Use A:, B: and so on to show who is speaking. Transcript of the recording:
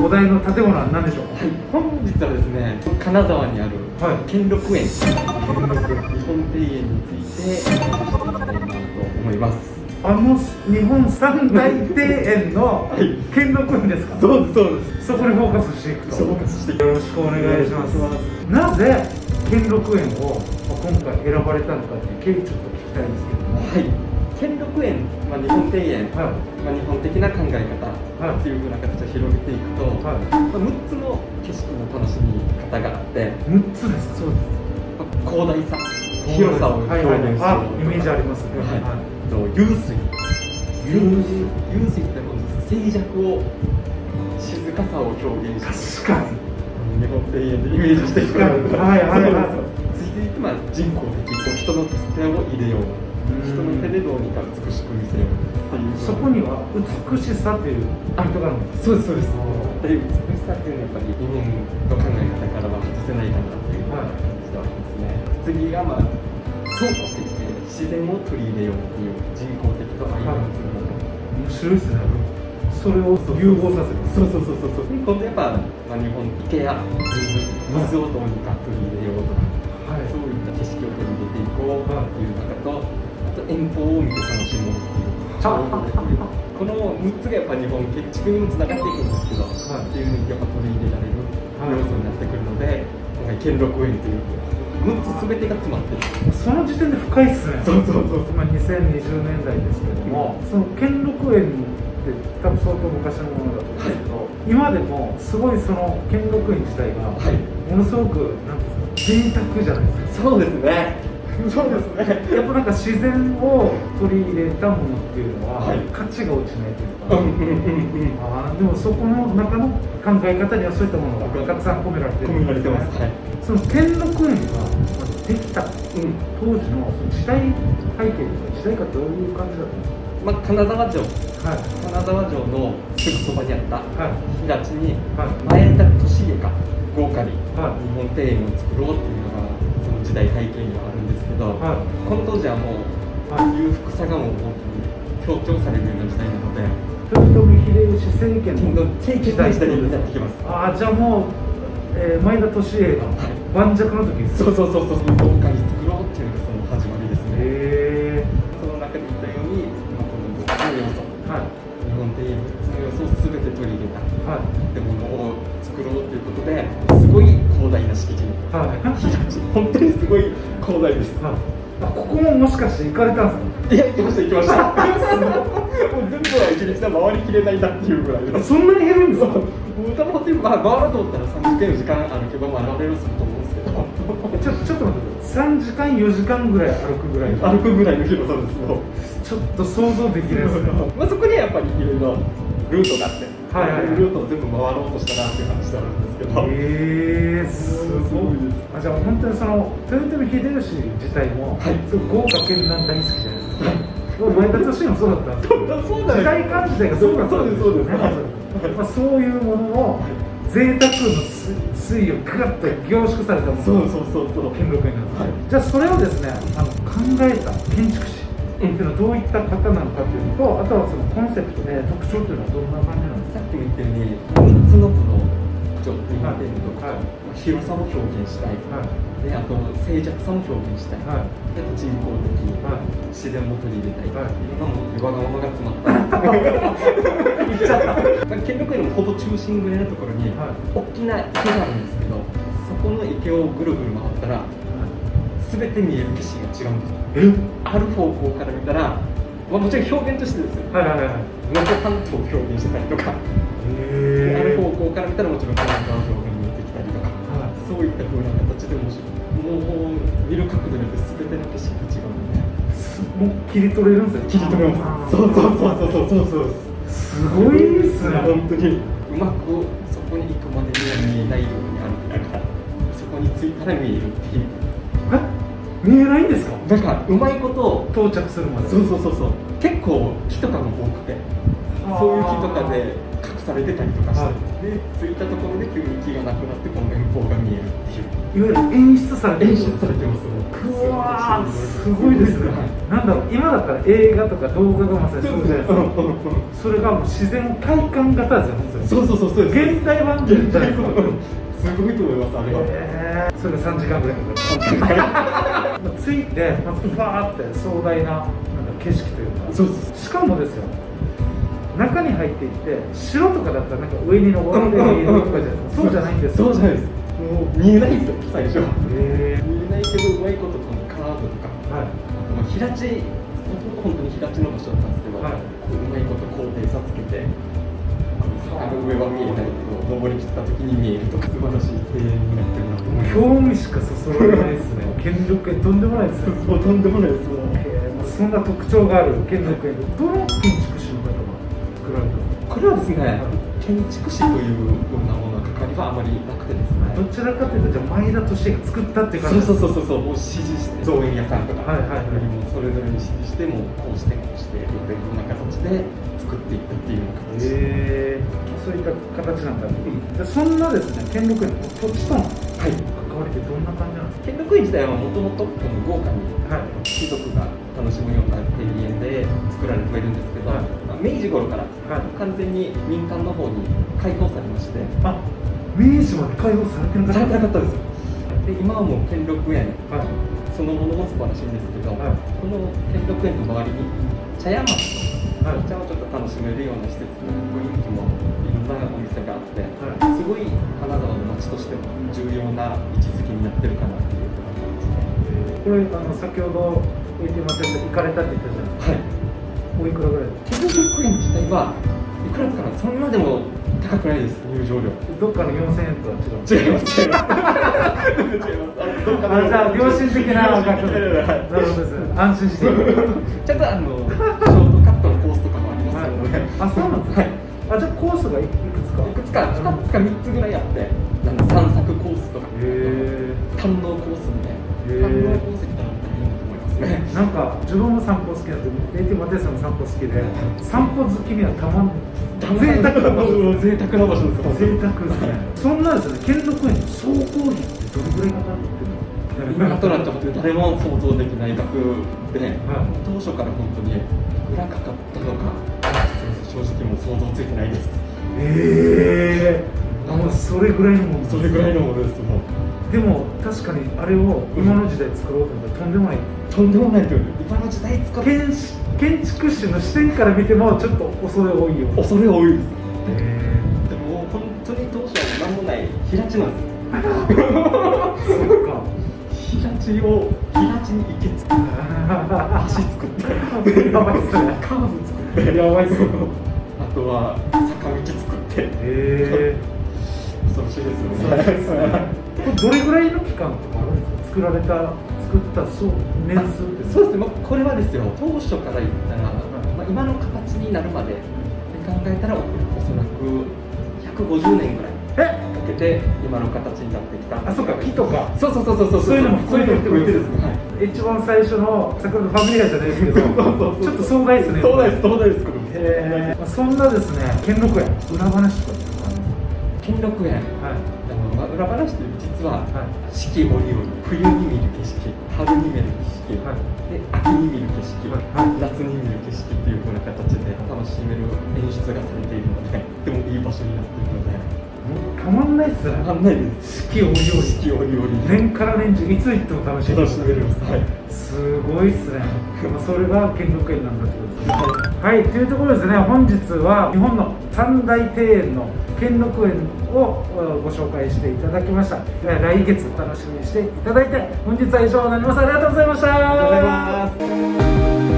A: お題の建物は何でしょう
B: はい、本日はですね、金沢にある
A: はい
B: 兼六園、兼六園日本庭園についてお話ししていきたいなと思います。
A: あの日本三大庭園の兼六園ですか
B: そうですそうです。
A: そこにフォーカスしていくと
B: フォーカスしていく
A: よろしくお願いします
B: お願いし
A: なぜ兼六園をまあ今回選ばれたのかっていう経緯ちょっと聞きたいんですけども
B: はい、兼六園、まあ日本庭園、
A: はい
B: まあ日本的な考え方っていう風な形で広げていくと、
A: は
B: まあ6つの景色の楽しみ方があって、
A: い6つです
B: そうです。まあ広大さ、広さを表現する。
A: あイメージありますね
B: はい、えっと湧水
A: 湧水
B: 湧水ってもう静寂を静かさを表現して
A: 確かに
B: 日本庭園でイメージしていく
A: はいはいはいはい
B: そうですついていくまあ人工的こう人の手を入れよう
A: うん
B: 人の手でどうにか美しく見せようっていう
A: そこには美しさというポイントがあるんです
B: そうですそうです
A: あー
B: で美しさっていうのはやっぱり日本の考え方からは外せないかなっていう感じではありますね、次がまあ倉庫って言って自然を取り入れようっていう人工的と相反する
A: 面白いで
B: もの
A: すねそれを融合させる
B: そうそうそうそうそう今度やっぱ、まあ、日本池や水水をどうにか取り入れようとか、
A: はい
B: そういった景色を取り入れていこうっていう中とあと遠方を見て楽しもうっていうちょうどこういうこの3つがやっぱ日本建築にもつながっていくんですけど、
A: い
B: っていうふうにやっぱ取り入れられる要素になってくるので、今回兼六園という6つ全てが詰まってる
A: その時点で深いっすね
B: そうそうそう
A: 今2020年代ですけどもその兼六園って多分相当昔のものだと思うんですけど、今でもすごいその兼六園自体が
B: はい
A: ものすごくなんていうんですか贅沢じゃないですか
B: そうですねそうですね
A: やっぱなんか自然を取り入れたものっていうのは、
B: はい
A: 価値が落ちないという
B: う
A: か、
B: んうんうんうん
A: あーでもそこの中の考え方にはそういったものがたくさん込められてる
B: 込められてますはい、
A: その兼六園ができた
B: うん
A: 当時のその時代背景とか時代がどういう感じだったんです
B: まあ、金沢城
A: かはい
B: 金沢城のすぐそばにあった
A: はい
B: 平地に
A: はい
B: 前田利家が豪華に日
A: はい
B: 本庭園を作ろうっていうのがその時代背景にはあるんですけど、
A: は
B: この当時はもう裕福さがもう本当に強調されるような時代なので
A: 豊臣秀吉政権の
B: 政権の時代になってきます
A: ああじゃあもう、えー前田利家が盤石の時です
B: そうそうそうそう豪華に作ろうっていうのがその始まりです
A: へ
B: ね
A: え
B: その中で言ったように、まあ、この6つの要素
A: はい
B: 日本庭園6つの要素を全て取り入れた
A: は
B: 建物を作ろうということですごい広大な敷地に
A: いはい
B: 本当にすごい広大です
A: はいあここももしかして行かれたんで
B: いや行きました行きましたもう全部は一日で回りきれないなっていうぐらい
A: すか
B: です
A: そんなに減るんです
B: そう
A: か
B: もう歌のって、まあ、回ろうと思ったら30分時間あるけど回れるすると思うんですけ
A: ち
B: ど
A: ょちょっと待って3時間4時間ぐらい歩くぐらい
B: 歩くぐらいの広さですもう
A: ちょっと想像できないですね
B: まあ、そこにはやっぱりいろいろルートがあって、
A: はいはいはい
B: ルートを全部回ろうとしたなっていう話ではあるんですけど、
A: えー、すごい
B: すごいです
A: あじゃあ本当にその豊臣秀吉自体も、
B: はい
A: すごい豪華絢爛大好きじゃないですか前田利家もそうだったんですけど
B: そう
A: 時代感自体がそうだった
B: そ
A: ん
B: う
A: で
B: ですす
A: よ
B: そうです
A: ねまあ、そういうものの贅沢のす水をガッと凝縮されたも
B: そ
A: の
B: うそうそうそう
A: 兼六園なんです、
B: はい
A: じゃあそれをですねあの考えた建築士っていうのはどういった方なのかっていうのとあとはそのコンセプトで特徴というのはどんな感じなんです
B: さっきも言ったように6つのこの特徴っていう
A: はい
B: 点とか、
A: はい
B: 広さも表現したい、
A: かはい
B: であと静寂さも表現したい、
A: はい
B: であと人工的、
A: はい
B: 自然も取り入れたい、
A: はい
B: いろんなものわがままが詰まった言っちゃった、まあ、兼六園のほど中心ぐらいのところに、
A: はい
B: 大きな池があるんですけどそこの池をぐるぐる回ったら全て見える景色が
A: え
B: 違うんですある方向から見たら、まあ、もちろん表現としてですよ
A: はいはいはいはい
B: 能登半島を表現してたりとかである方向から見たらもちろん金沢城が見えてきたりとか
A: は
B: そういった風な形で面白いもう見る角度によって全ての景色が違うので
A: いすもう切り取れるんですよ
B: 切り取れますそうそうそうそうそうそうそう
A: すごいっすね
B: 本当にうまくそこに行くまでには見えないように歩きながらそこに着いたら見えるっていう
A: え見えないんですか
B: なんかうまいことを
A: 到着するまで
B: そうそうそうそう結構木とかも多くてそういう木とかで隠されてたりとかして、
A: は
B: で着いたところで急に木がなくなってこの遠方が見えるっていう
A: いわゆる演出されてる
B: 演出されてます
A: うわーすごいですねなんだろう今だったら映画とか動画がまさにそうじゃないですかそれがもう自然体感型ですよね
B: そうそうそうそうです
A: 現代版で
B: 現代版すごいと思いますあれは、
A: えーそれが3時間ぐらいかかった着いてまずバーって壮大ななんか景色というか
B: そうそうそう
A: しかもですよ中に入っていって城とかだったらなんか上に登って上に登ってとかじゃないですかそうじゃないんですよ
B: そうじゃないですもう見えないんですよ最初
A: え
B: 見えないけどうまいことこのカーブとか
A: ーはい
B: まあ平地もともと本当に平地の場所だったんですけど、
A: はいう
B: まいこと高低差つけて坂の上は見えないけど登り切った時に見えるとか素晴らしい庭園になってるなと思います
A: 興味しかそそられないですね兼六園とんでもないですね
B: もうとんでもないですもう
A: えーもうそんな特徴がある兼六園どの建築士の方が作られたんですか
B: これはですね建築士というようなものの関わりはあまりなくてですね
A: どちらかというとじゃあ前田利が作ったって感
B: そ
A: じ
B: うそう
A: う
B: そうそうそうもう指示して造園屋さんとか
A: はいはいはい
B: もうそれぞれに指示してもうこうしてこうしていろんな形で作っていったっていうような形で
A: へえー、そういった形なんだ、でそんなですね兼六園の土地との
B: はい
A: 関わりってどんな感じなんです
B: 兼六園自体はもともと豪華に
A: かはい
B: 貴族が楽しむような庭園で作られてはいるんですけど、
A: はい
B: まあ明治頃から
A: はい
B: 完全に民間の方に開放されまして
A: あ明治まで開放されてなか
B: されてな
A: っ
B: かったんですよで今はもう兼六園
A: たはい
B: そのものも素晴らしいんですけど、
A: はい
B: この兼六園の周りに茶屋町と
A: は
B: か
A: い
B: お茶をちょっと楽しめるような施設の雰囲気もいろんなお店があって、
A: は
B: すごい金沢の街としても重要な位置づけになってるかなっていう感
A: こ
B: じ
A: れあの先ほどおいてまた行かれたって言ったじゃないですか
B: で
A: お
B: はい
A: いくらぐらいですか
B: 兼六園自体はいくらかなそんなでも高くないです入場料
A: どっかの4000円とは違うんです
B: 違います違います違いますあのどうかな
A: あじゃあ良心的な感覚で
B: は
A: な
B: い
A: るほどです安心して
B: ちょっとあのショートカットのコースとかもありますので、
A: はいあそうなんですね
B: はい
A: あじゃあコースがいくつか
B: いくつか2つか3つぐらいあってなんか散策コースと
A: へ
B: か
A: え
B: 観音コースみたい
A: へ
B: な
A: ー
B: 観音コースみたいなのがいいなと思います ね
A: なんか自分も散歩好きなんで AT マテさんも散歩好きで散歩好きにはたまんない贅沢な場所
B: 贅沢な場所です
A: 贅沢ですねそんなですね兼六園の総工費ってどれぐらいかかってるんですか
B: 今となっては本当に誰も想像できない額で
A: は
B: 当初から本当にいくらかかったのか正直もう想像ついてないです
A: いええあもうそれぐらいのもん
B: それぐらいのものですもう
A: でも確かにあれを今の時代作ろうと思ったらとんでもない
B: とんでもないという今の時代使って
A: 建し建築士の視点から見てもちょっと恐れ多いような
B: 恐れ多いです
A: え
B: でももう本当に当初は何もない平地なんで
A: えそっか
B: す平地を平地に行けつ
A: や
B: 足作って
A: ばいっすね
B: カーブ作って
A: やばいっすね
B: あとは坂道作って
A: え
B: 恐ろしいですよ
A: え
B: ね
A: そうですねこれどれぐらいの期間とかあるんですか作られた作ったそう年数です
B: そうですね、まあ、これはですよ当初から言ったら、まあ、今の形になるまでで考えたらおそらく150年ぐらい
A: え
B: かけて今の形になってきた
A: あそっか木とか
B: そうそうそうそうそう
A: そういうのも含めて
B: そういうのも含めてですね、はい
A: 一番最初の桜のファミリアじゃないですけどちょっと壮大ですね
B: そうですそうですこれ
A: ええそんなですね兼六園裏話とかっていうの
B: 兼六園
A: があるんです
B: あの、まあ、裏話という実は
A: かはいはい
B: 四季折々冬に見る景色春に見る景色、
A: はい
B: で秋に見る景
A: は
B: 色、
A: い
B: 夏に見る景色っていうふうな形で楽しめる演出がされているのでとてもいい場所になっているので
A: もうたまんないっすね
B: わかんないです
A: 四季折々
B: 四季折々
A: 年から年中いつ行っても楽しい
B: 楽しめるはい
A: すごいっすねまあそれが兼六園なんだってことですねはいというところですね本日は日本の三大庭園の兼六園をえーご紹介していただきましたえー来月楽しみにしていただいて本日は以上になりますありがとうございました
B: ありがとうございます